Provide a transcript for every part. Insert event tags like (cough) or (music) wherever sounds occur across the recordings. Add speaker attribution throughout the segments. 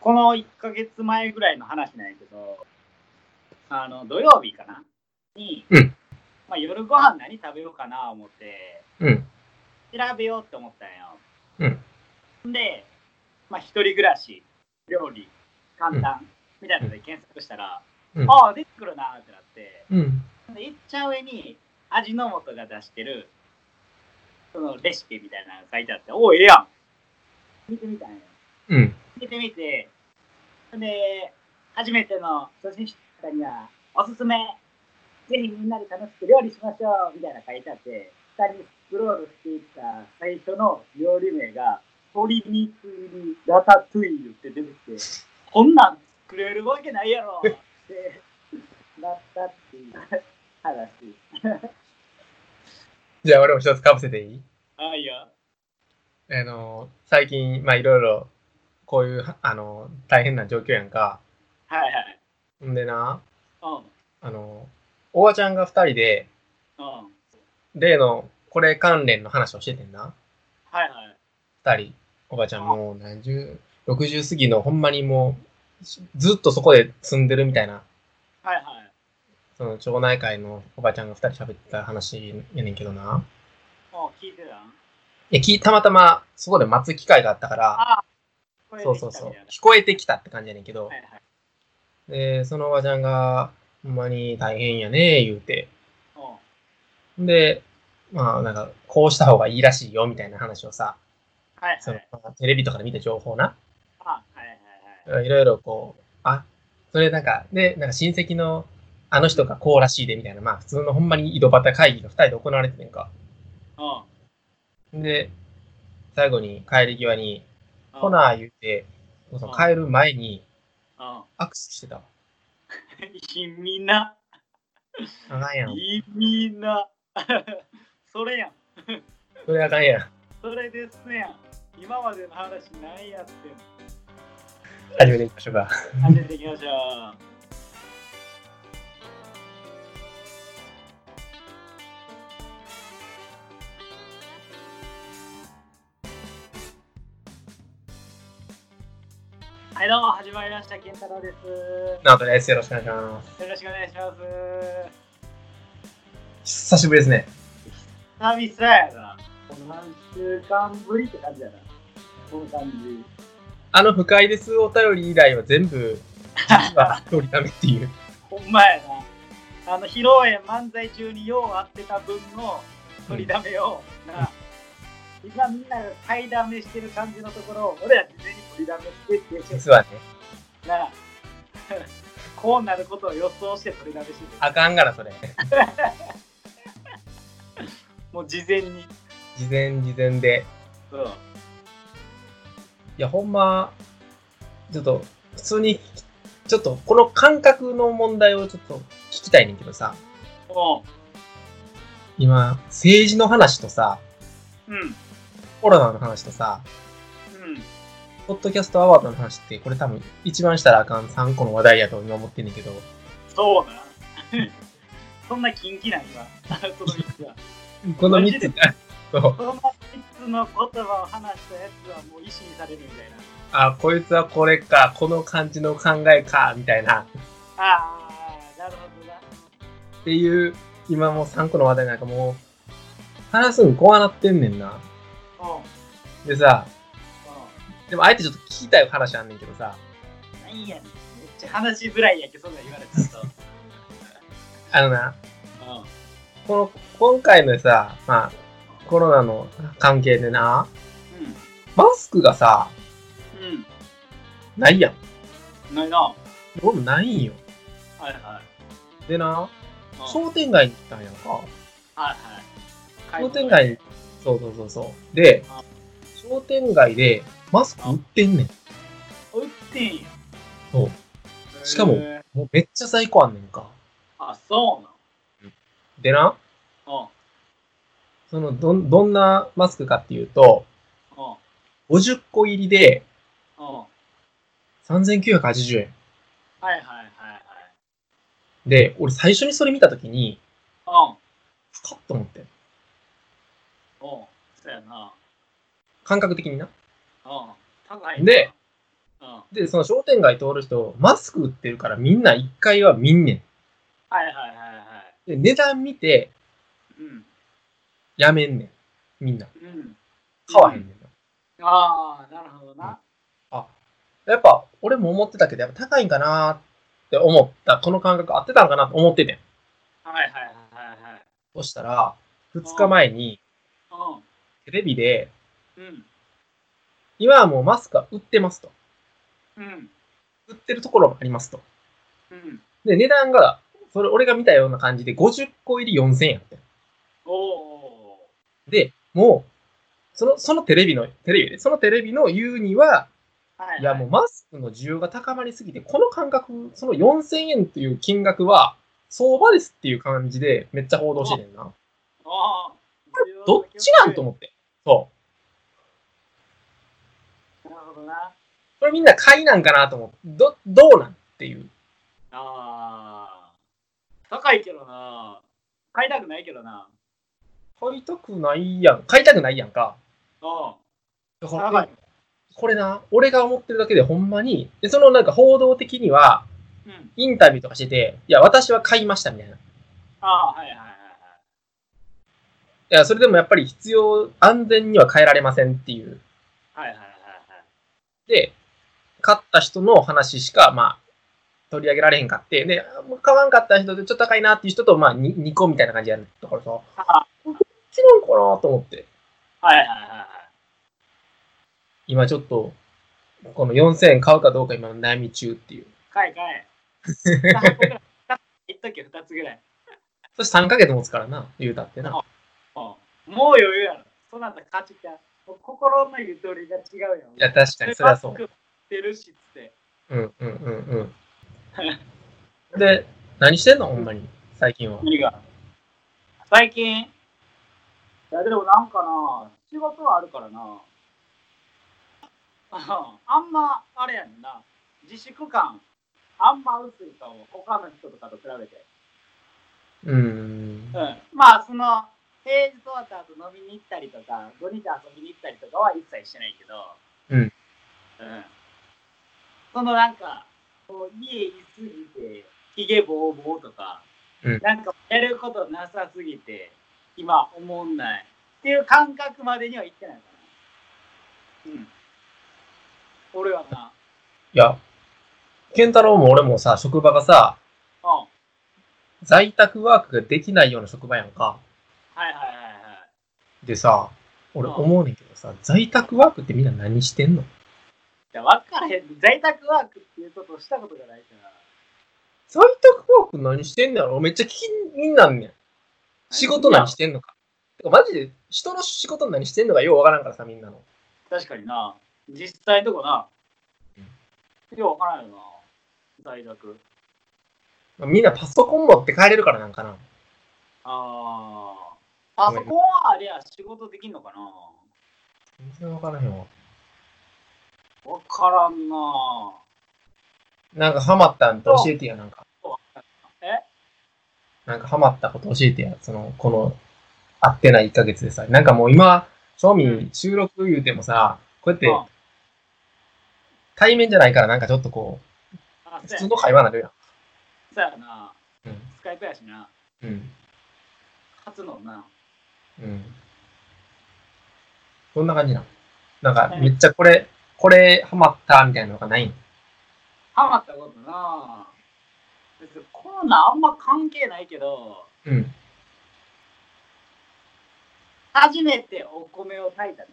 Speaker 1: この1ヶ月前ぐらいの話なんやけど、あの、土曜日かなに、
Speaker 2: うん
Speaker 1: まあ、夜ご飯何食べようかな思って、
Speaker 2: うん。
Speaker 1: 調べようって思ったんよ。
Speaker 2: うん。
Speaker 1: で、まあ、一人暮らし、料理、簡単、みたいなので検索したら、
Speaker 2: うん
Speaker 1: ああ、出てくるなーってなって、
Speaker 2: うん。
Speaker 1: で、いっちゃ上に、味の素が出してる、そのレシピみたいなのが書いてあって、おお、ええやん見てみたんよ。
Speaker 2: うん。
Speaker 1: 見てみて、で、初めての初心者には、おすすめ、ぜひみんなで楽しく料理しましょう、みたいな書いてあって、下にスクロールしていった最初の料理名が、鶏肉にラタトゥイユって出てきて、こんなん作れるわけないやろってなったっていう話。
Speaker 2: じゃあ俺も一つかぶせていい
Speaker 1: あいや。
Speaker 2: あの、最近、まあいろいろ、こういう、あの、大変な状況やんか。
Speaker 1: はいはい。
Speaker 2: んでな、
Speaker 1: うん。
Speaker 2: あの、おばちゃんが二人で、
Speaker 1: うん。
Speaker 2: 例のこれ関連の話をしててんな。
Speaker 1: はいはい。
Speaker 2: 二人、おばちゃんもう何十、60過ぎのほんまにもう、ずっとそこで住んでるみたいな、
Speaker 1: はいはい。
Speaker 2: その町内会のおばちゃんが二人喋ってた話やねんけどな。
Speaker 1: もう聞いてたん
Speaker 2: いやきたまたまそこで待つ機会があったから、
Speaker 1: あこれで
Speaker 2: そう
Speaker 1: きた
Speaker 2: そう
Speaker 1: みたい
Speaker 2: そう
Speaker 1: な。
Speaker 2: 聞こえてきたって感じやねんけど
Speaker 1: は、いはい。
Speaker 2: で、そのおばちゃんが、ほんまに大変やね、言うて。
Speaker 1: うん。
Speaker 2: で、まあなんか、こうした方がいいらしいよ、みたいな話をさ、
Speaker 1: はい
Speaker 2: そ
Speaker 1: は
Speaker 2: の
Speaker 1: い。
Speaker 2: まあテレビとかで見た情報な、
Speaker 1: あはいはい
Speaker 2: いろいろこう、あ、それなんか、で、なんか親戚のあの人がこうらしいで、みたいな、まあ普通のほんまに井戸端会議が2人で行われててんか。
Speaker 1: はい。
Speaker 2: で、最後に帰り際に、
Speaker 1: うん。
Speaker 2: ほ。な、言うて、その帰る前に
Speaker 1: うん。
Speaker 2: 握手してたわ。
Speaker 1: みんな。
Speaker 2: あかんやん。
Speaker 1: みんな。 (laughs) それやん。
Speaker 2: それあかんやん。
Speaker 1: それですやん。今までの話ないやってんの。
Speaker 2: 始めていきましょうか。
Speaker 1: 始めていきましょう。はいどうも始まりました健太郎です。よ
Speaker 2: なおとです。よろしくお願いします。
Speaker 1: ろしくお願いします。
Speaker 2: 久しぶりですね。
Speaker 1: 久々やな。この何週間ぶりって感じやな。この感じ。
Speaker 2: あの、不快ですお便り以来は全部、 (laughs) 実は取りためっていう。
Speaker 1: ほんまやな。あの、披露宴漫才中によう会ってた分の取りだめを、な、今みんなが買いだめしてる感じのところを、俺ら事前に取りだめしてって
Speaker 2: 実はね、
Speaker 1: な、 (laughs) こうなることを予想して取りだめしてる。
Speaker 2: あかんがな、それ。
Speaker 1: もう事前に。
Speaker 2: 事前事前で。
Speaker 1: うん。
Speaker 2: いや、ほんま、ちょっと、普通に、ちょっと、この感覚の問題をちょっと聞きたいねんけどさ、
Speaker 1: も
Speaker 2: 今、政治の話とさ、
Speaker 1: う、うん。
Speaker 2: コロナの話とさ、
Speaker 1: うん。
Speaker 2: ポッドキャストアワードの話って、これ多分一番したらあかん3個の話題やと今思ってんねんけど、
Speaker 1: そうな。 (laughs) そんな近畿なん今。この3つは。
Speaker 2: この3つが、そう、
Speaker 1: その3つの言葉を話したやつはもう意識されるみたいな。
Speaker 2: あ、こいつはこれか、この感じの考えか、みたいな、
Speaker 1: ああ、なるほどな。
Speaker 2: っていう、今もう3個の話題なんかもう、話すんこうなってんねんな。
Speaker 1: うん。
Speaker 2: でさ、
Speaker 1: う
Speaker 2: でもあえてちょっと聞きたい話あんねんけどさ、
Speaker 1: ん。なんやねん。めっちゃ話しづらいやんけ、そんなん言われちゃうと。
Speaker 2: あのな、
Speaker 1: うん。
Speaker 2: この、今回のさ、まあ、コロナの関係でな、マスクがさ、
Speaker 1: うん。
Speaker 2: ないやん。
Speaker 1: うん。ないな。は
Speaker 2: 俺もないんよ。
Speaker 1: いはい。
Speaker 2: でな、
Speaker 1: うん
Speaker 2: 商店街に行ったんやんか。
Speaker 1: はいはい。
Speaker 2: 商店街に、そうそうそうそう。で、商店街でマスク売ってんねん。
Speaker 1: 売ってんや。
Speaker 2: そう。しかも
Speaker 1: へー
Speaker 2: もうめっちゃ在庫あんねんか。
Speaker 1: あ、そう
Speaker 2: でな、
Speaker 1: なん。
Speaker 2: そのどん、どんなマスクかっていうと、
Speaker 1: う
Speaker 2: 50個入りで
Speaker 1: ん。うん。うん。
Speaker 2: 3980円。
Speaker 1: はいはいはい
Speaker 2: で、俺最初にそれ見たときに、
Speaker 1: はい。
Speaker 2: 深っと思って。
Speaker 1: うん。うん。そうやな。
Speaker 2: 感覚的にな。
Speaker 1: うん。高いな。
Speaker 2: で
Speaker 1: うん。はい
Speaker 2: で、その商店街通る人、マスク売ってるからみんな一回は見んね
Speaker 1: はいはいは
Speaker 2: ん。で、値段見て、
Speaker 1: い。うん。
Speaker 2: やめんねん。みんな。
Speaker 1: うん。
Speaker 2: 買わへんねんな。
Speaker 1: ああ、なるほどな。
Speaker 2: あ、やっぱ、俺も思ってたけど、やっぱ高いんかなーって思った。この感覚合ってたんかなと思っててん。
Speaker 1: はいはいはいはいはい。
Speaker 2: そしたら、2日前にテレビで、
Speaker 1: うん。うん。
Speaker 2: 今はもうマスクは売ってますと。
Speaker 1: うん。
Speaker 2: 売ってるところもありますと。
Speaker 1: うん。
Speaker 2: で、値段が、それ俺が見たような感じで50個入り4000円やってん。
Speaker 1: おお
Speaker 2: で、もう、その、そのテレビの、テレビで、そのテレビの言うには、
Speaker 1: ー。はい、はい。
Speaker 2: いやもうマスクの需要が高まりすぎて、この感覚、その4000円という金額は、相場ですっていう感じで、めっちゃ報道しててんな。
Speaker 1: ああ。
Speaker 2: どっちなんと思って。そう。
Speaker 1: なるほどな。
Speaker 2: これみんな買いなんかなと思って、ど、どうなんっていう。
Speaker 1: ああ。高いけどな。買いたくないけどな。
Speaker 2: 買いたくないやん。買いたくないやんか。
Speaker 1: うん。
Speaker 2: だから
Speaker 1: 高い。
Speaker 2: これな、俺が思ってるだけでほんまに、で、そのなんか報道的には、
Speaker 1: うん。
Speaker 2: インタビューとかしてて、いや、私は買いましたみたいな。い
Speaker 1: ああ、はいはいはいはい。
Speaker 2: や、それでもやっぱり必要、安全には変えられませんっていう。
Speaker 1: はいはいはいはい。
Speaker 2: で、買った人の話しか、まあ、取り上げられへんかって、で、あもう買わんかった人でちょっと高いなっていう人と、まあ、に2個みたいな感じやるだからさ、
Speaker 1: あ
Speaker 2: 違うんかなと思って、
Speaker 1: はいはいはいはい。
Speaker 2: 今ちょっと、この4000円買うかどうか今悩み中っていう。
Speaker 1: かいかい。2箱ぐらい。一時2つぐらい。
Speaker 2: そして3ヶ月持つからな、言うたってな。
Speaker 1: うんもう余裕やろ。そなた勝ちちゃう。もう心のゆとりが違うよ。
Speaker 2: いや、確かに、それはそう
Speaker 1: マス。クしてるしっつって。
Speaker 2: うんうんうんうん。 (laughs) で、何してんのほんまに、最近は。
Speaker 1: 何が最近いや、でもなんかな、仕事はあるからな。あ (laughs) あんま、あれやんな。自粛感、あんま薄いと思う。他の人とかと比べて。
Speaker 2: うーん。
Speaker 1: うん、まあその平日終わった後飲みに行ったりとか土日遊びに行ったりとかは一切してないけど、
Speaker 2: うん
Speaker 1: うん、そのなんかこう家いすぎてひげぼうぼうとか、
Speaker 2: うん
Speaker 1: なんかやることなさすぎて今思んないっていう感覚までには行ってないかなうん俺はない
Speaker 2: や、健太郎も俺もさ、職場がさ、
Speaker 1: うんはい
Speaker 2: 在宅ワークができないような職場やんか。
Speaker 1: はいはいはい
Speaker 2: でさ、俺
Speaker 1: うん
Speaker 2: 思うねんけどさ、在宅ワークってみんな何してんの
Speaker 1: いや分からへん在宅ワークっていうことをしたことがないから
Speaker 2: 在宅ワーク何してんのやろめっちゃ気になんねん。仕事何してんのか。てかマジで人の仕事何してんのかようわからんからさ、みんなの。
Speaker 1: 確かにな。実際のとこな
Speaker 2: う。
Speaker 1: ようわからんよな。在宅。
Speaker 2: まあみんなパソコン持って帰れるからなんかな。
Speaker 1: ああ。あそこはありゃ仕事できんのかな
Speaker 2: 全然わからへんわ。
Speaker 1: わからんな。
Speaker 2: なんかハマったんと教えてや、なんか。
Speaker 1: え
Speaker 2: なんかハマったこと教えてや、その、この、会ってない1ヶ月でさ。なんかもう今、正
Speaker 1: う
Speaker 2: 味収録言うてもさ、こうやって
Speaker 1: うん
Speaker 2: 対面じゃないからなんかちょっとこ
Speaker 1: あ
Speaker 2: う、
Speaker 1: そう
Speaker 2: 普通
Speaker 1: や
Speaker 2: の会話になるやん。
Speaker 1: そうやな。
Speaker 2: うん。
Speaker 1: スカイプやしな。
Speaker 2: うん。
Speaker 1: 初のな。
Speaker 2: うん。どんな感じなのなんか、めっちゃこれ、これハマったみたいなのがないん
Speaker 1: ハマったことな。別にコロナあんま関係ないけど、
Speaker 2: うん。
Speaker 1: 初めてお米を炊いたね。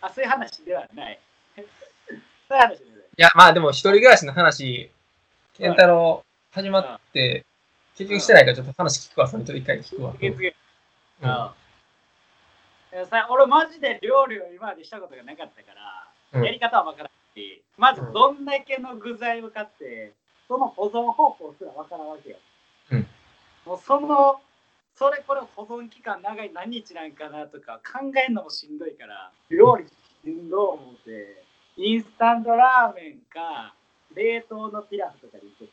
Speaker 1: あ、そういう話ではない。 (laughs) そういう話ではない。
Speaker 2: いや、まあでも、一人暮らしの話、健太郎、始まって、結局してないからちょっと話聞くわ、それちょっと一回聞くわ。
Speaker 1: 次次
Speaker 2: うん
Speaker 1: うんさ俺マジで料理を今までしたことがなかったから、
Speaker 2: うん
Speaker 1: やり方は分からないしまずどんだけの具材を買ってその保存方法すら分からんわけよ、
Speaker 2: うん
Speaker 1: もうそのそれこれ保存期間長い何日なんかなとか考えるのもしんどいから料理しんどい思ってインスタントラーメンか冷凍のピラフとかでいって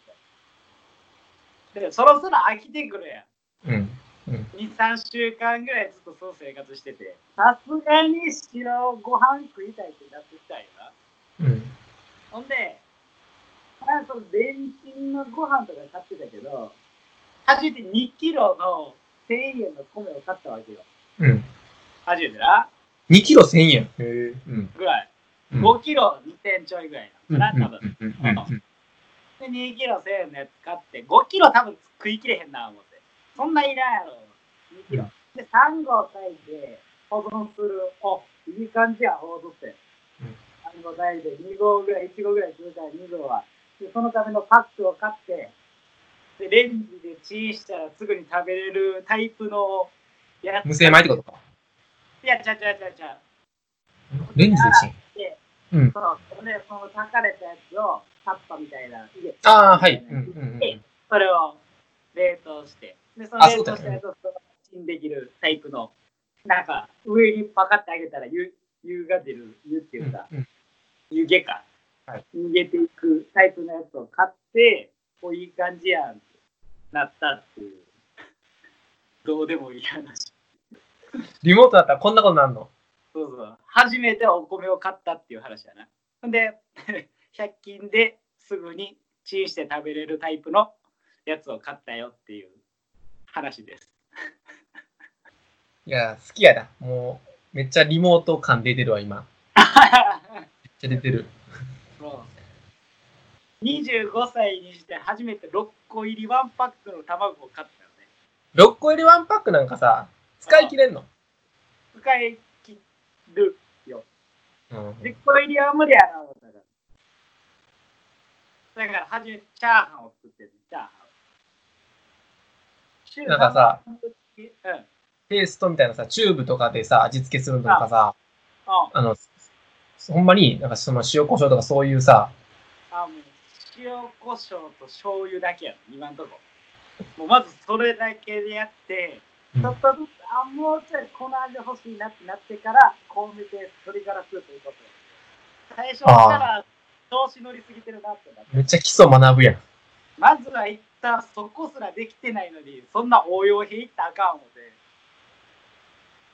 Speaker 1: たでそろそろ飽きてくるやん
Speaker 2: うん。
Speaker 1: 23週間ぐらいずっとそう生活しててさすがに白ご飯食いたいってなってきたんよな
Speaker 2: うん。
Speaker 1: ほんで、まあ、その全身のご飯とか買ってたけど、初めて2キロの1000円の米を買ったわけよ。
Speaker 2: うん。
Speaker 1: 初めてな
Speaker 2: 2キロ1000円。へえ。うん。
Speaker 1: ぐらい。
Speaker 2: うん
Speaker 1: 5キロ2000ちょいぐらいな。な、多分。
Speaker 2: うんうんうんうん
Speaker 1: で、2キロ1000円のやつ買って、5キロ多分食い切れへんな、思って。そんないらんやろ。2キロ。で、3合炊いて保存する。お、いい感じや、保存って。
Speaker 2: うん
Speaker 1: 3合炊いて、2合ぐらい、1合ぐらいするから、2合は。で、そのためのパックを買って、で、レンジでチンしたらすぐに食べれるタイプのやつ。
Speaker 2: 無精米ってことか。
Speaker 1: いや、ちゃうちゃうちゃうちゃう。
Speaker 2: レンジでチン。
Speaker 1: で、
Speaker 2: うん
Speaker 1: そう、それでその炊かれたやつを、タッパみたいなの入れて。
Speaker 2: ああ、はい。うん
Speaker 1: で
Speaker 2: うんうん。
Speaker 1: それを冷凍して、で、その
Speaker 2: あ
Speaker 1: 冷
Speaker 2: そうだ
Speaker 1: 凍
Speaker 2: よ
Speaker 1: し
Speaker 2: ね
Speaker 1: たやつをそのままチンできるタイプの、なんか、上にパカってあげたら湯、湯が出る、湯っていうか、
Speaker 2: うんうん
Speaker 1: 湯気か。
Speaker 2: はい
Speaker 1: 湯気ていくタイプのやつを買って、こういい感じやんってなったっていう。どうでもいい話。
Speaker 2: リモートだったらこんなことなんの。
Speaker 1: そうそう。初めてお米を買ったっていう話やな。ほんで、100均ですぐにチンして食べれるタイプのやつを買ったよっていう話
Speaker 2: (laughs)
Speaker 1: です。
Speaker 2: いや、好きやな。もう、めっちゃリモート感出てるわ、今。めっちゃ出てる。
Speaker 1: そう25歳にして初めて6個入りワンパックの卵を買ったよね。
Speaker 2: 6個入りワンパックなんかさ、使い切れんの。
Speaker 1: 使い切る。
Speaker 2: うん。
Speaker 1: 10個入りは無理やな思ったから。だから初めてチャーハンを作ってる。チャーハン。週
Speaker 2: なんかさ、
Speaker 1: 三分の一うん。
Speaker 2: ペーストみたいなさ、チューブとかでさ、味付けするのとかさ、
Speaker 1: あ
Speaker 2: あの、ほんまに、なんかその塩コショウとかそういうさ、
Speaker 1: あ、もう塩コショウと醤油だけやろ、今んとこ。もうまずそれだけでやって、
Speaker 2: うん
Speaker 1: ちょっとずつ、あ、もうちょいこの味欲しいなってなってから、こう見て鶏ガラスープいうことや。最初から調子乗りすぎてるなってなって。
Speaker 2: めっちゃ基礎学ぶやん。
Speaker 1: まずは一旦そこすらできてないのに、そんな応用品いったらあかん思て。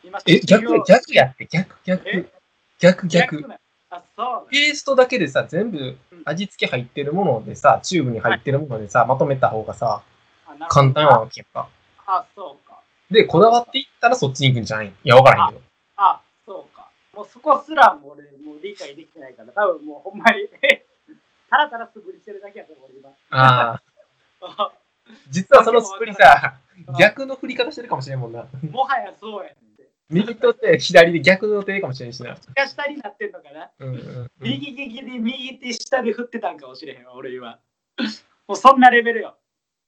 Speaker 1: 今
Speaker 2: え、逆、
Speaker 1: 逆
Speaker 2: 逆やって、逆、逆
Speaker 1: え、
Speaker 2: 逆、
Speaker 1: 逆
Speaker 2: 逆。
Speaker 1: なんあ、そう
Speaker 2: ペーストだけでさ、全部味付け入ってるものでさ、チューブに入ってるものでさ、まとめた方がさ、
Speaker 1: なん。あなるほど
Speaker 2: 簡単なわけやっぱ。
Speaker 1: あ、そうか。
Speaker 2: で、こだわっていったらそっちに行くんじゃないいや、わからへんけど。
Speaker 1: あ、そうか。もうそこすらも俺、もう理解できてないから、多分もうほんまに、 (laughs) たらたら素振りしてるだけやと思う、今。
Speaker 2: ああ、
Speaker 1: あ
Speaker 2: 実はその作りさ、逆の振り方してるかもしれんもんな。
Speaker 1: もはやそうやねんて。
Speaker 2: 右と手、左で逆の手かもしれんしな。
Speaker 1: が下になってんのかな、
Speaker 2: うんうんうん。
Speaker 1: 右利きで右手下で振ってたんかもしれへんわ、俺今。もうそんなレベルよ。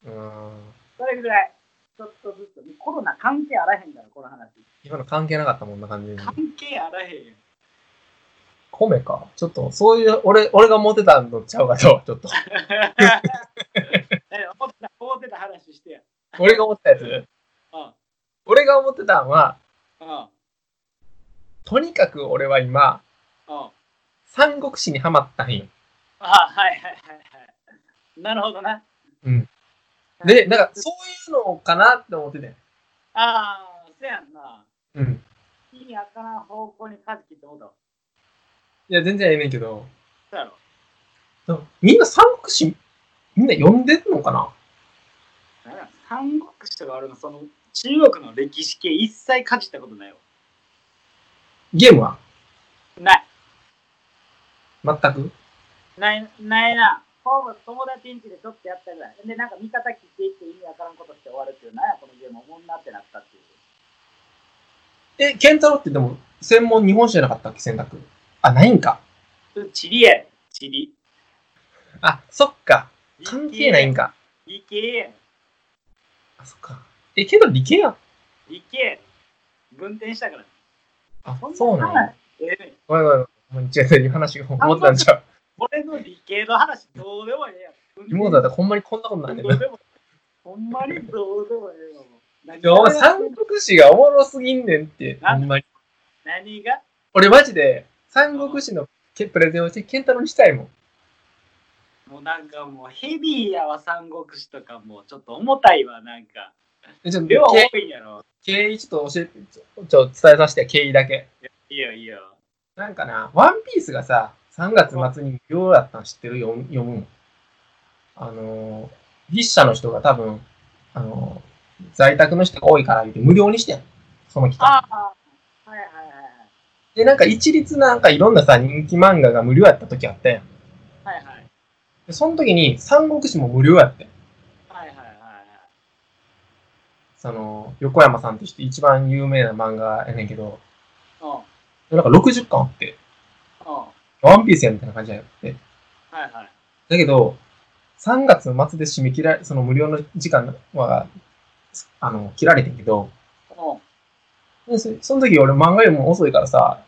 Speaker 2: うん
Speaker 1: それぐらい。ちょっとずつ。もうコロナ関係あらへんから、この話。
Speaker 2: 今の関係なかったもんな感じに。
Speaker 1: 関係あらへんよ。
Speaker 2: 米か。ちょっと、そういう、俺、俺がモテたのちゃうかと、ちょっと。
Speaker 1: え思ってた、思ってた話してや。
Speaker 2: 俺が思ってたやつ。
Speaker 1: うん。
Speaker 2: 俺が思ってたのは、
Speaker 1: うん。
Speaker 2: とにかく俺は今、
Speaker 1: うん。
Speaker 2: 三国志にハマったんよ。
Speaker 1: あはいはいはいはい。なるほどな。
Speaker 2: うん。で、なんか、そういうのかなって思ってて。
Speaker 1: ああ、せやんな。
Speaker 2: うん。
Speaker 1: 意味わからん方向に舵切ってもうたわ。
Speaker 2: いや、全然ええねんけど、
Speaker 1: そうやろ。
Speaker 2: なんかみんな三国志、みんな読んでんのかな
Speaker 1: なんや三国志とか俺のその中国の歴史系一切かじったことないよ。
Speaker 2: ゲームは
Speaker 1: ない。
Speaker 2: 全く
Speaker 1: ない、ないな。ほぼ友達ん家でちょっとやったぐらい。で、なんか味方切っていって意味わからんことして終わるっていう、なんやこのゲームおもんなってなったっていう。
Speaker 2: え、ケンタロウってでも、専門日本史じゃなかったっけ選択。あ、ないんか。
Speaker 1: 地理や。地理。
Speaker 2: あ、そっか。関係ないん
Speaker 1: か。
Speaker 2: か。
Speaker 1: 理系や。
Speaker 2: あ、そっか。え、けど理系やん。
Speaker 1: 理系や。分転したから。
Speaker 2: あ
Speaker 1: そん、な
Speaker 2: そうなんや。
Speaker 1: ええねん
Speaker 2: ごめんごめん。ごめん違う違う、話が思ってたんちゃう。
Speaker 1: 俺の理系の話どうでもええやん。
Speaker 2: 妹だったらほんまにこんなことなんねん
Speaker 1: ど
Speaker 2: な
Speaker 1: う。でも、ほんまにどうでもええよ。何
Speaker 2: いや、お前
Speaker 1: が
Speaker 2: 三国志がおもろすぎんねんって、
Speaker 1: な
Speaker 2: ほんまに。
Speaker 1: 何が
Speaker 2: 俺マジで、三国志のけプレゼンをして、ケンタロウにしたいもん。
Speaker 1: もうなんかもうヘビーやわ、三国志とかもうちょっと重たいわ、なんか。
Speaker 2: えちょっ
Speaker 1: 量
Speaker 2: と、
Speaker 1: 多
Speaker 2: け
Speaker 1: いんやろ。
Speaker 2: 経緯ちょっと教えて、ちょちょっと伝えさせて、経緯だけ。
Speaker 1: いいよいいよ。
Speaker 2: なんかな、ワンピースがさ、 3月末に無料だったの知ってる読む読むのあのー、筆者の人が多分、あのー、在宅の人が多いから言って無料にしてんその期間。
Speaker 1: ああ、はいはいはい
Speaker 2: で、なんか一律なんかいろんなさ、人気漫画が無料やった時あったやん。
Speaker 1: はい。はいはい。
Speaker 2: で、その時に三国志も無料やってん
Speaker 1: はいはいはいはい。
Speaker 2: その、横山さんって人一番有名な漫画やねんけど、
Speaker 1: うん。うん。
Speaker 2: でなんか60巻あって、
Speaker 1: は
Speaker 2: ワンピースやみたいな感じやって。
Speaker 1: いはい。
Speaker 2: だけど、3月末で締め切られ、その無料の時間は、あの、切られてんけど、
Speaker 1: うん。
Speaker 2: でそその時俺漫画よりも遅いからさ、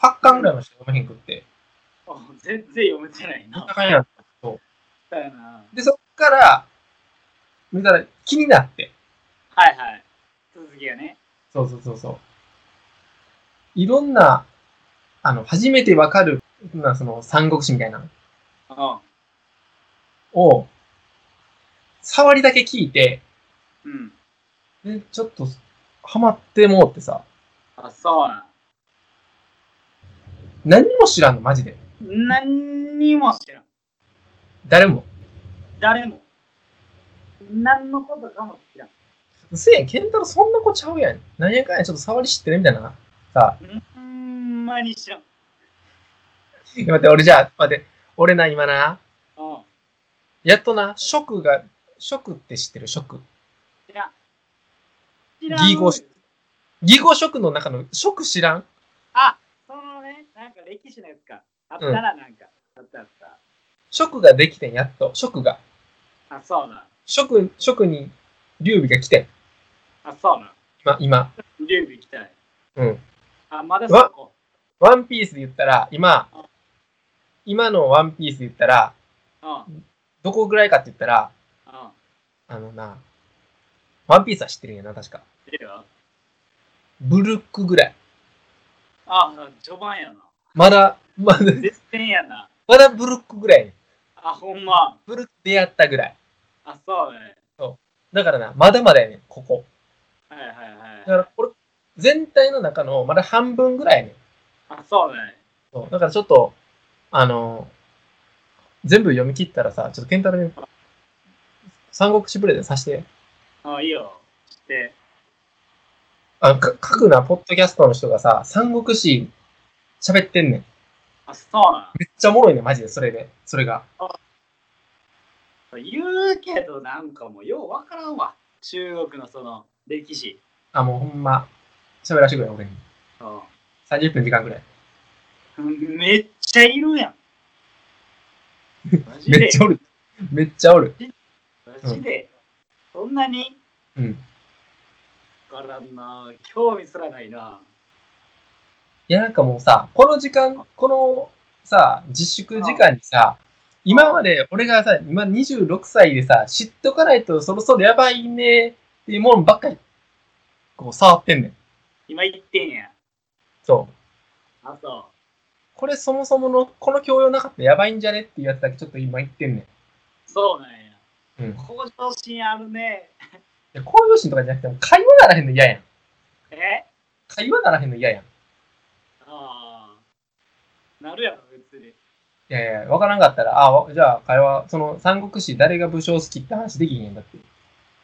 Speaker 2: 8巻ぐらいまでしか読めへんくって。
Speaker 1: うん全然読めてないな。
Speaker 2: 高いな
Speaker 1: だよな。
Speaker 2: で、そっから、見たら気になって。
Speaker 1: はいはい。続きがね。
Speaker 2: そうそうそうそう。いろんな、あの、初めてわかる、なその、三国志みたいなの
Speaker 1: うん。
Speaker 2: を、触りだけ聞いて、
Speaker 1: うん。
Speaker 2: で、ちょっと、ハマってもうってさ、
Speaker 1: あ、そうな
Speaker 2: 何も知らんの、マジで。
Speaker 1: ん。何にも知らん。
Speaker 2: 誰も。
Speaker 1: 誰も。何のことかも知らん。
Speaker 2: せやん、ケンタロウそんな子ちゃうやん。なんやかんや、ちょっと触り知ってるみたいな。さ、
Speaker 1: ほんまに知らん。
Speaker 2: 待って、俺じゃあ、待って、俺な、今な、
Speaker 1: うん。
Speaker 2: やっとな、食が、食って知ってる、食。
Speaker 1: 知らん。知
Speaker 2: ギーゴシ義語食の中の食知らん
Speaker 1: あ、そのね、なんか歴史のやつか。あったらなんか。あったあっ
Speaker 2: 食ができてん、やっと。食が。
Speaker 1: た。あ、そうな。
Speaker 2: 食、食に、劉備が来てん。
Speaker 1: あ、そうな。
Speaker 2: 今、今。
Speaker 1: 劉備行きたい。
Speaker 2: うん。
Speaker 1: あ、まだそこ。
Speaker 2: ワンピースで言ったら、今
Speaker 1: あ、
Speaker 2: 今のワンピースで言ったら、
Speaker 1: うん。うん。
Speaker 2: どこぐらいかって言ったら、あのな、ワンピースは知ってるんやな、確か。
Speaker 1: いいよ。
Speaker 2: ブルックぐらい。
Speaker 1: あ、序盤やな。
Speaker 2: まだ、まだ、
Speaker 1: 絶戦やな。
Speaker 2: まだブルックぐらい。
Speaker 1: あ、ほんま。
Speaker 2: ブルック出会ったぐらい。
Speaker 1: あ、そうね。
Speaker 2: だからな、まだまだやねん、ここ。
Speaker 1: はいはい
Speaker 2: だ
Speaker 1: は
Speaker 2: か
Speaker 1: い。
Speaker 2: ら、これ、全体の中のまだ半分ぐらいやねん。
Speaker 1: あ、そうね。
Speaker 2: そうだからちょっと、あのー全部読み切ったらさ、ちょっとケンタロウに三国志ブレでさして、
Speaker 1: あ、いいよ。知って。
Speaker 2: あか各なポッドキャストの人がさ、三国志喋ってんねん。
Speaker 1: あ、そうな。
Speaker 2: めっちゃおもろいねん、マジで、それで。それが。
Speaker 1: 言うけどなんかもうようわからんわ。中国のその歴史。
Speaker 2: あ、もうほんま、喋らせてくれ、俺に。
Speaker 1: う
Speaker 2: 30分時間ぐらい。
Speaker 1: ん。めっちゃいるやん。
Speaker 2: (laughs)
Speaker 1: マジで
Speaker 2: めっちゃおる。めっちゃおる。
Speaker 1: マジで、そんなに
Speaker 2: うん。
Speaker 1: わからんな。興味すらないな。
Speaker 2: いや、なんかもうさ、この時間、このさ、自粛時間にさ、今まで俺がさ、今26歳でさ、知っとかないとそろそろやばいねっていうもんばっかり、こう触ってんねん。
Speaker 1: 今言ってんや。
Speaker 2: そう。
Speaker 1: あ、そ
Speaker 2: これそもそもの、この教養なかったらやばいんじゃねっていうやつだけちょっと今言ってんね
Speaker 1: う。そうなんや。
Speaker 2: ん。うん。
Speaker 1: 向上心あるね。
Speaker 2: で向上心とかじゃなくても、会話ならへんの嫌やん。
Speaker 1: え
Speaker 2: 会話ならへんの嫌やん。い
Speaker 1: ああ。なるやろ、別に。
Speaker 2: やいや、わからんかったら、あわじゃあ会話、その三国志誰が武将好きって話できへんやんだって。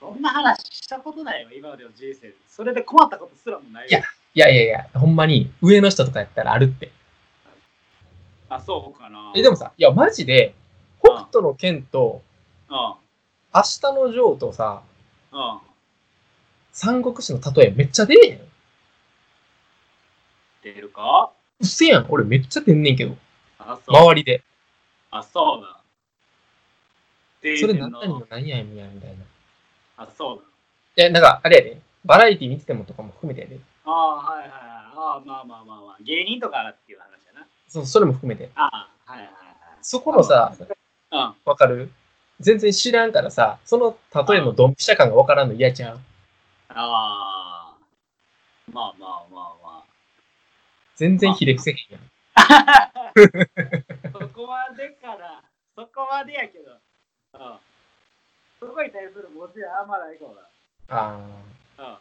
Speaker 1: そんな話したことないよ、今までの人生で。それで困ったことすらもないよ。
Speaker 2: いやいやいやいや、ほんまに上の人とかやったらあるって。
Speaker 1: あ、そうかな。
Speaker 2: え、で
Speaker 1: も、
Speaker 2: もさ、いや、マジで、北斗の剣と、
Speaker 1: う
Speaker 2: 明日のジョーとさ、
Speaker 1: ん、うん。
Speaker 2: 三国志の例えめっちゃ出えへん。う
Speaker 1: 出るか
Speaker 2: っせやん。俺めっちゃ出んねんけど、
Speaker 1: あ、そう。
Speaker 2: 周りで。
Speaker 1: あ、そうだ。出
Speaker 2: そ
Speaker 1: る
Speaker 2: れ何々
Speaker 1: の
Speaker 2: の何やみやみたいな。
Speaker 1: あ、そうだ。
Speaker 2: え、なんか、あれやで。バラエティ見ててもとかも含めてやで。
Speaker 1: ああ、はいはいはい。ああ、まあまあまあまあ。芸人とかっていう話だな。
Speaker 2: そうそれも含めて。
Speaker 1: ああ、はいはい
Speaker 2: そこのさ、
Speaker 1: はい。
Speaker 2: わかる全然知らんからさ、その例えのドンピシャ感がわからんの嫌ちゃう。
Speaker 1: うん。ああ。まあまあまあ
Speaker 2: 全然ひれ伏せへんやん。
Speaker 1: まあ。そこまでから、 (laughs) そこまでやけど。うん。そこに対する文字はあんまないかも
Speaker 2: あ
Speaker 1: な。うん。
Speaker 2: ー、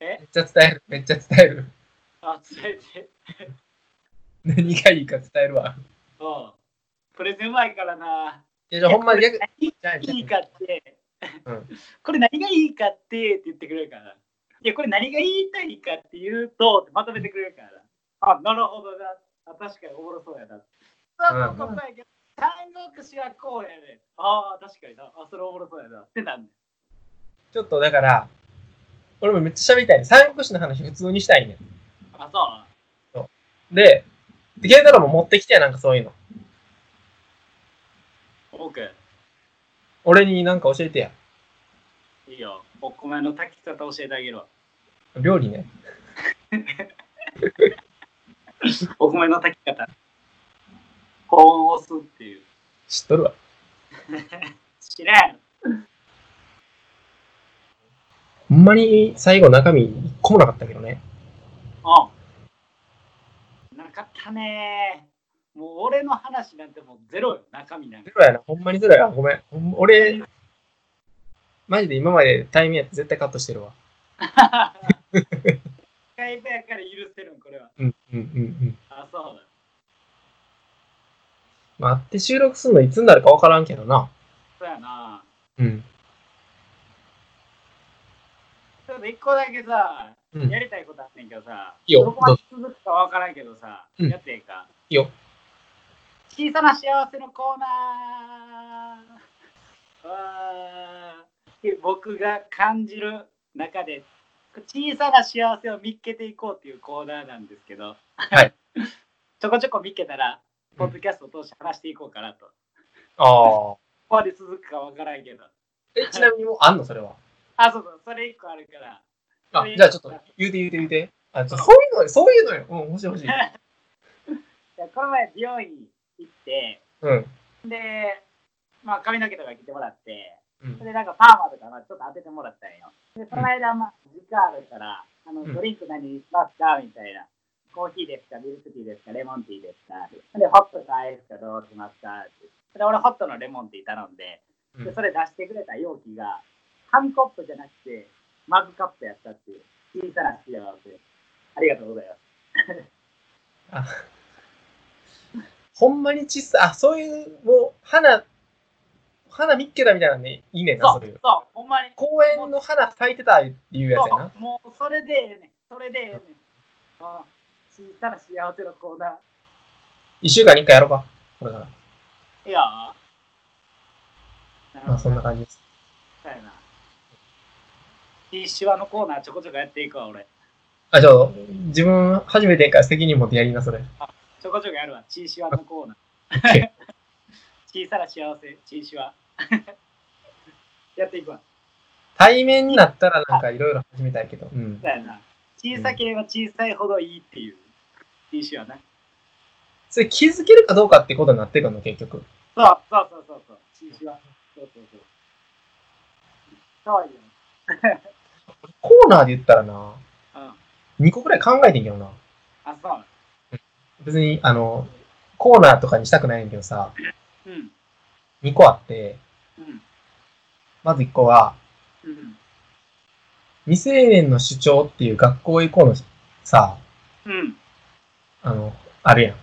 Speaker 2: めっちゃ伝える。めっちゃ伝える。
Speaker 1: あ、伝えて。
Speaker 2: 何がいいか伝えるわ。
Speaker 1: うん。これうまいからな。
Speaker 2: や、じゃあほんま逆、
Speaker 1: い
Speaker 2: じゃあじゃ
Speaker 1: いかって、
Speaker 2: うん
Speaker 1: これ何がいいかってって言ってくれるから。いや、これ何が言いたいかって言うと、まとめてくれるから。あ、なるほどな。あ確かにおもろそうやな。そうそう、ここやけど、三国志はこうやね。ああ、確かにな。あ、それおもろそうやな。ってなんねん
Speaker 2: あちょっとだから、俺もめっちゃ喋りたいね。三国志の話普通にしたいね
Speaker 1: あ、そ
Speaker 2: ん。で、で、ケンタロウも持ってきてや、なんかそういうの。
Speaker 1: う。オーケ
Speaker 2: 俺になんか教えてや。
Speaker 1: ー。いいよ。お米の炊き方教えてあげるわ。
Speaker 2: 料理ね。
Speaker 1: お米の炊き方。保温を押すっていう。
Speaker 2: 知っとるわ。
Speaker 1: 知らん。
Speaker 2: ほんまに最後中身一個もなかったけどね。
Speaker 1: うん。なかったねー。もう俺の話なんてもうゼロよ、中身なんか
Speaker 2: ゼ。ロやな。ほんまにゼロや。ごめん。ほん俺、マジで今まで対面やって絶対カットしてるわ。
Speaker 1: スカイプやから許せるん、これは。
Speaker 2: うんうんうんうん。
Speaker 1: あ、そうだ。
Speaker 2: まあ、会って収録するのいつになるか分からんけどな。
Speaker 1: そうやな。
Speaker 2: うん。
Speaker 1: ちょっと一個だけさ、
Speaker 2: うん
Speaker 1: やりたいことあってんけどさ、
Speaker 2: いいよ
Speaker 1: どこまで続くかわからんけどさ、
Speaker 2: うん
Speaker 1: やっていいか。
Speaker 2: いいよ。
Speaker 1: 小さな幸せのコーナーわー僕が感じる中で小さな幸せを見っけていこうっていうコーナーなんですけど、(laughs)
Speaker 2: い
Speaker 1: ちょこちょこ見っけたら、
Speaker 2: う
Speaker 1: ポ
Speaker 2: ん
Speaker 1: ッドキャストを通して話していこうかなと。
Speaker 2: ああ。
Speaker 1: ここまで続くかわからんけど。
Speaker 2: え、ちなみにもうあんのそれは。
Speaker 1: あ、そうそう、それ一個あるから。
Speaker 2: あ
Speaker 1: これ、
Speaker 2: じゃあちょっと言うて言うて言うて。あ、ちょそういうのよ、そういうのよ。うん、欲し
Speaker 1: (laughs)
Speaker 2: い欲しい。
Speaker 1: いやこの前、美容院行って、
Speaker 2: うん。
Speaker 1: で、まあ、髪の毛とか切ってもらって、
Speaker 2: うん
Speaker 1: それでなんかパーマとかまあちょっと当ててもらったんよ。で、その間、まあ、時間あるから、あの、
Speaker 2: うん
Speaker 1: ドリンク何にしますかみたいな。コーヒーですかミルクティーですかレモンティーですかで、ホットかアイスかどうしますかってで、俺ホットのレモンティー頼んで、
Speaker 2: う
Speaker 1: で、
Speaker 2: ん
Speaker 1: それ出してくれた容器が、紙コップじゃなくて、マグカップやったっていう、小さな幸せ。ありがとうございます。
Speaker 2: あほんまに小さい。あ、そういう、もう、花、花見っけたみたいなんでいいねんな、
Speaker 1: そ
Speaker 2: そうれ。、
Speaker 1: そう、ほんまに。
Speaker 2: 公園の花咲いてたっていうやつやな。
Speaker 1: そうもうそれでええねんそれでええねんあ小さな幸せのコーナ
Speaker 2: 一週間に一回やろうか。これから。
Speaker 1: ーいやー
Speaker 2: まあ、そんな感じです。
Speaker 1: そうやなシワのコーナーちょこちょこやっていくわ俺
Speaker 2: あ、ちょ、自分、初めてやから責任持ってやりな、それ。
Speaker 1: ちょこちょこやるわチーシワのコーナ
Speaker 2: ッ
Speaker 1: ー小さな幸せチーシワやっていくわ
Speaker 2: 対面になったらなんかいろいろ始めたいけど。うん。
Speaker 1: そうやな小さければ小さいほどいいっていうチーシワな
Speaker 2: それ気づけるかどうかってことになってくるの、結局。
Speaker 1: そうそうそうそうそうチーシワそうそうそうそういう
Speaker 2: コーナーで言ったらな、
Speaker 1: うん
Speaker 2: 2個くらい考えてんけどな。
Speaker 1: あ、そう。
Speaker 2: 別に、あの、コーナーとかにしたくないんやけどさ、
Speaker 1: うん。
Speaker 2: 2個あって、
Speaker 1: うん。
Speaker 2: まず1個は、
Speaker 1: うん。
Speaker 2: 未成年の主張っていう学校へ行こうのさ、
Speaker 1: うん。
Speaker 2: あの、あるやん、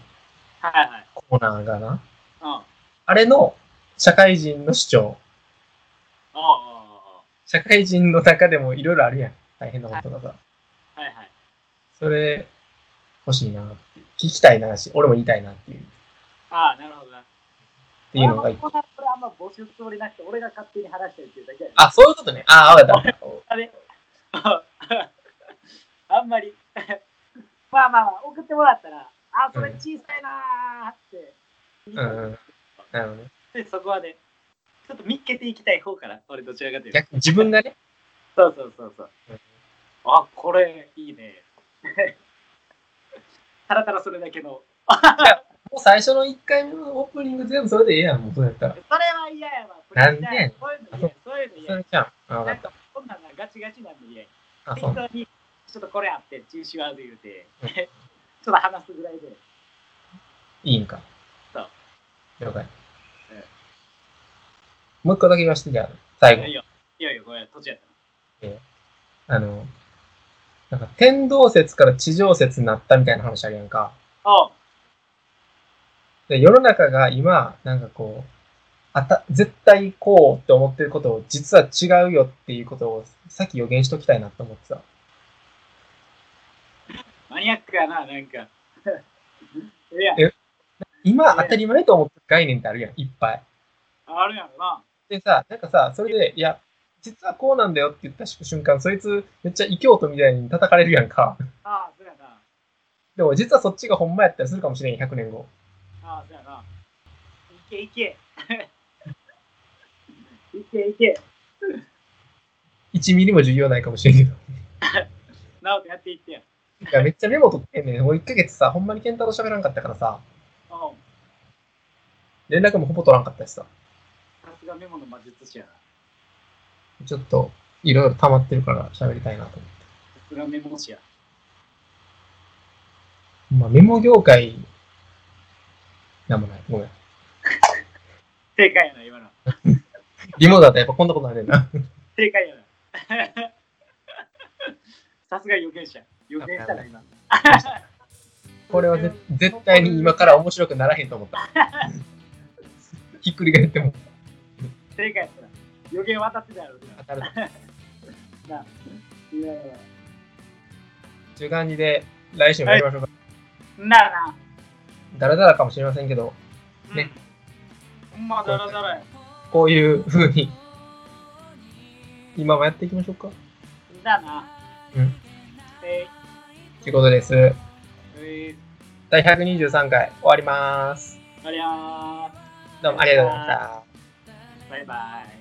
Speaker 1: はいはい。
Speaker 2: コーナーがな。
Speaker 1: うん。あ
Speaker 2: あれの、社会人の主張。
Speaker 1: ああ
Speaker 2: 社会人の中でもいろいろあるやん。大変なことがさ。
Speaker 1: あ。はいはい。
Speaker 2: それ、欲しいなって。聞きたいなし、俺も言いたいなっていう、っ
Speaker 1: ああ、なるほどな。って
Speaker 2: いうのが一個
Speaker 1: これはあんま募集するつもりなくて、俺が勝手に話してるっていうだけやね
Speaker 2: あ、そういうことね。ああ、わかった。
Speaker 1: あれ (laughs) あんまり。 (laughs) まあまあまあ、送ってもらったら、あ、それ小さいなーって。
Speaker 2: うんうん。なるほどね。
Speaker 1: で、そこまで。ちょっと見っけていきたい方から、俺どちらかというと。
Speaker 2: 逆に自分がね。
Speaker 1: そうそうそうそう。あ、これいいね。 (laughs) たらたらそれだけの。
Speaker 2: もう最初の1回目のオープニング全部それでええやん、もうそうやったら。
Speaker 1: それは嫌やわ。
Speaker 2: なんでやねん
Speaker 1: そういうの嫌や。そういうの
Speaker 2: そ
Speaker 1: 嫌や
Speaker 2: れ。じゃん。あ、わか
Speaker 1: なん
Speaker 2: った
Speaker 1: か。こんなんがガチガチなんで嫌や。
Speaker 2: あ、そう
Speaker 1: 適。当に、ちょっとこれあって、中止は言うて、 (laughs) ちょっと話すぐらいで。
Speaker 2: いいんか。
Speaker 1: そう
Speaker 2: 了解
Speaker 1: え。
Speaker 2: もう一個だけ言わせて、じゃあ、最後
Speaker 1: い。いよ、いいよ、ごめん、途中やっ
Speaker 2: あの、なんか天動説から地上説になったみたいな話あるやんか。
Speaker 1: た。おう
Speaker 2: で世の中が今、なんかこう、あた、絶対こうって思ってることを、実は違うよっていうことを、さっき予言しときたいなと思ってた。
Speaker 1: マニアックやな、なんか。 (laughs) いや、
Speaker 2: 今、当たり前と思ってる概念ってあるやん、いっぱい。
Speaker 1: あるやろな。
Speaker 2: でさ、なんかさ、それで、いや、実はこうなんだよって言った瞬間、そいつめっちゃ異教徒みたいに叩かれるやんか。
Speaker 1: ああ、そうやな。
Speaker 2: でも実はそっちがほんまやったりするかもしれん、100年後。
Speaker 1: ああ、そうやな。いけいけ。 (laughs) いけいけ。
Speaker 2: 1ミリも重要ないかもしれんけど。 (laughs)
Speaker 1: なおとやっていってや。
Speaker 2: いや、めっちゃメモ取ってんねん。もう1ヶ月さ、ほんまに健太郎喋らんかったからさ、
Speaker 1: うん。
Speaker 2: 連絡もほぼ取らんかったしさ、
Speaker 1: さすがメモの魔術師やな。
Speaker 2: ちょっと、いろいろ溜まってるから喋りたいなと思って。
Speaker 1: さすがメモ師や。
Speaker 2: まあ、メモ業界、なんもない。ごめん。
Speaker 1: 正解やな、今の。
Speaker 2: リモートだとやっぱこんなことあるんな。
Speaker 1: 正解やな。 (laughs) さすが予言者。予言したな、今。
Speaker 2: これはぜ絶対に今から面白くならへんと思った。 (laughs) ひっくり返っても
Speaker 1: 正解やったな。予言渡ってたやろう
Speaker 2: 当たる。
Speaker 1: な。な。いやいや。
Speaker 2: という感じで、来週もやりましょうか。
Speaker 1: ならな。
Speaker 2: だらだらかもしれませんけど、
Speaker 1: うん
Speaker 2: ね。
Speaker 1: ほんまだらだらや。
Speaker 2: こういう風に、今もやっていきましょうか。
Speaker 1: だな。
Speaker 2: うん。
Speaker 1: え
Speaker 2: ということです。
Speaker 1: ー、え
Speaker 2: 第123回終わります。
Speaker 1: ー、ありゃ
Speaker 2: どうもありがとうございました。
Speaker 1: ー。バイバイ。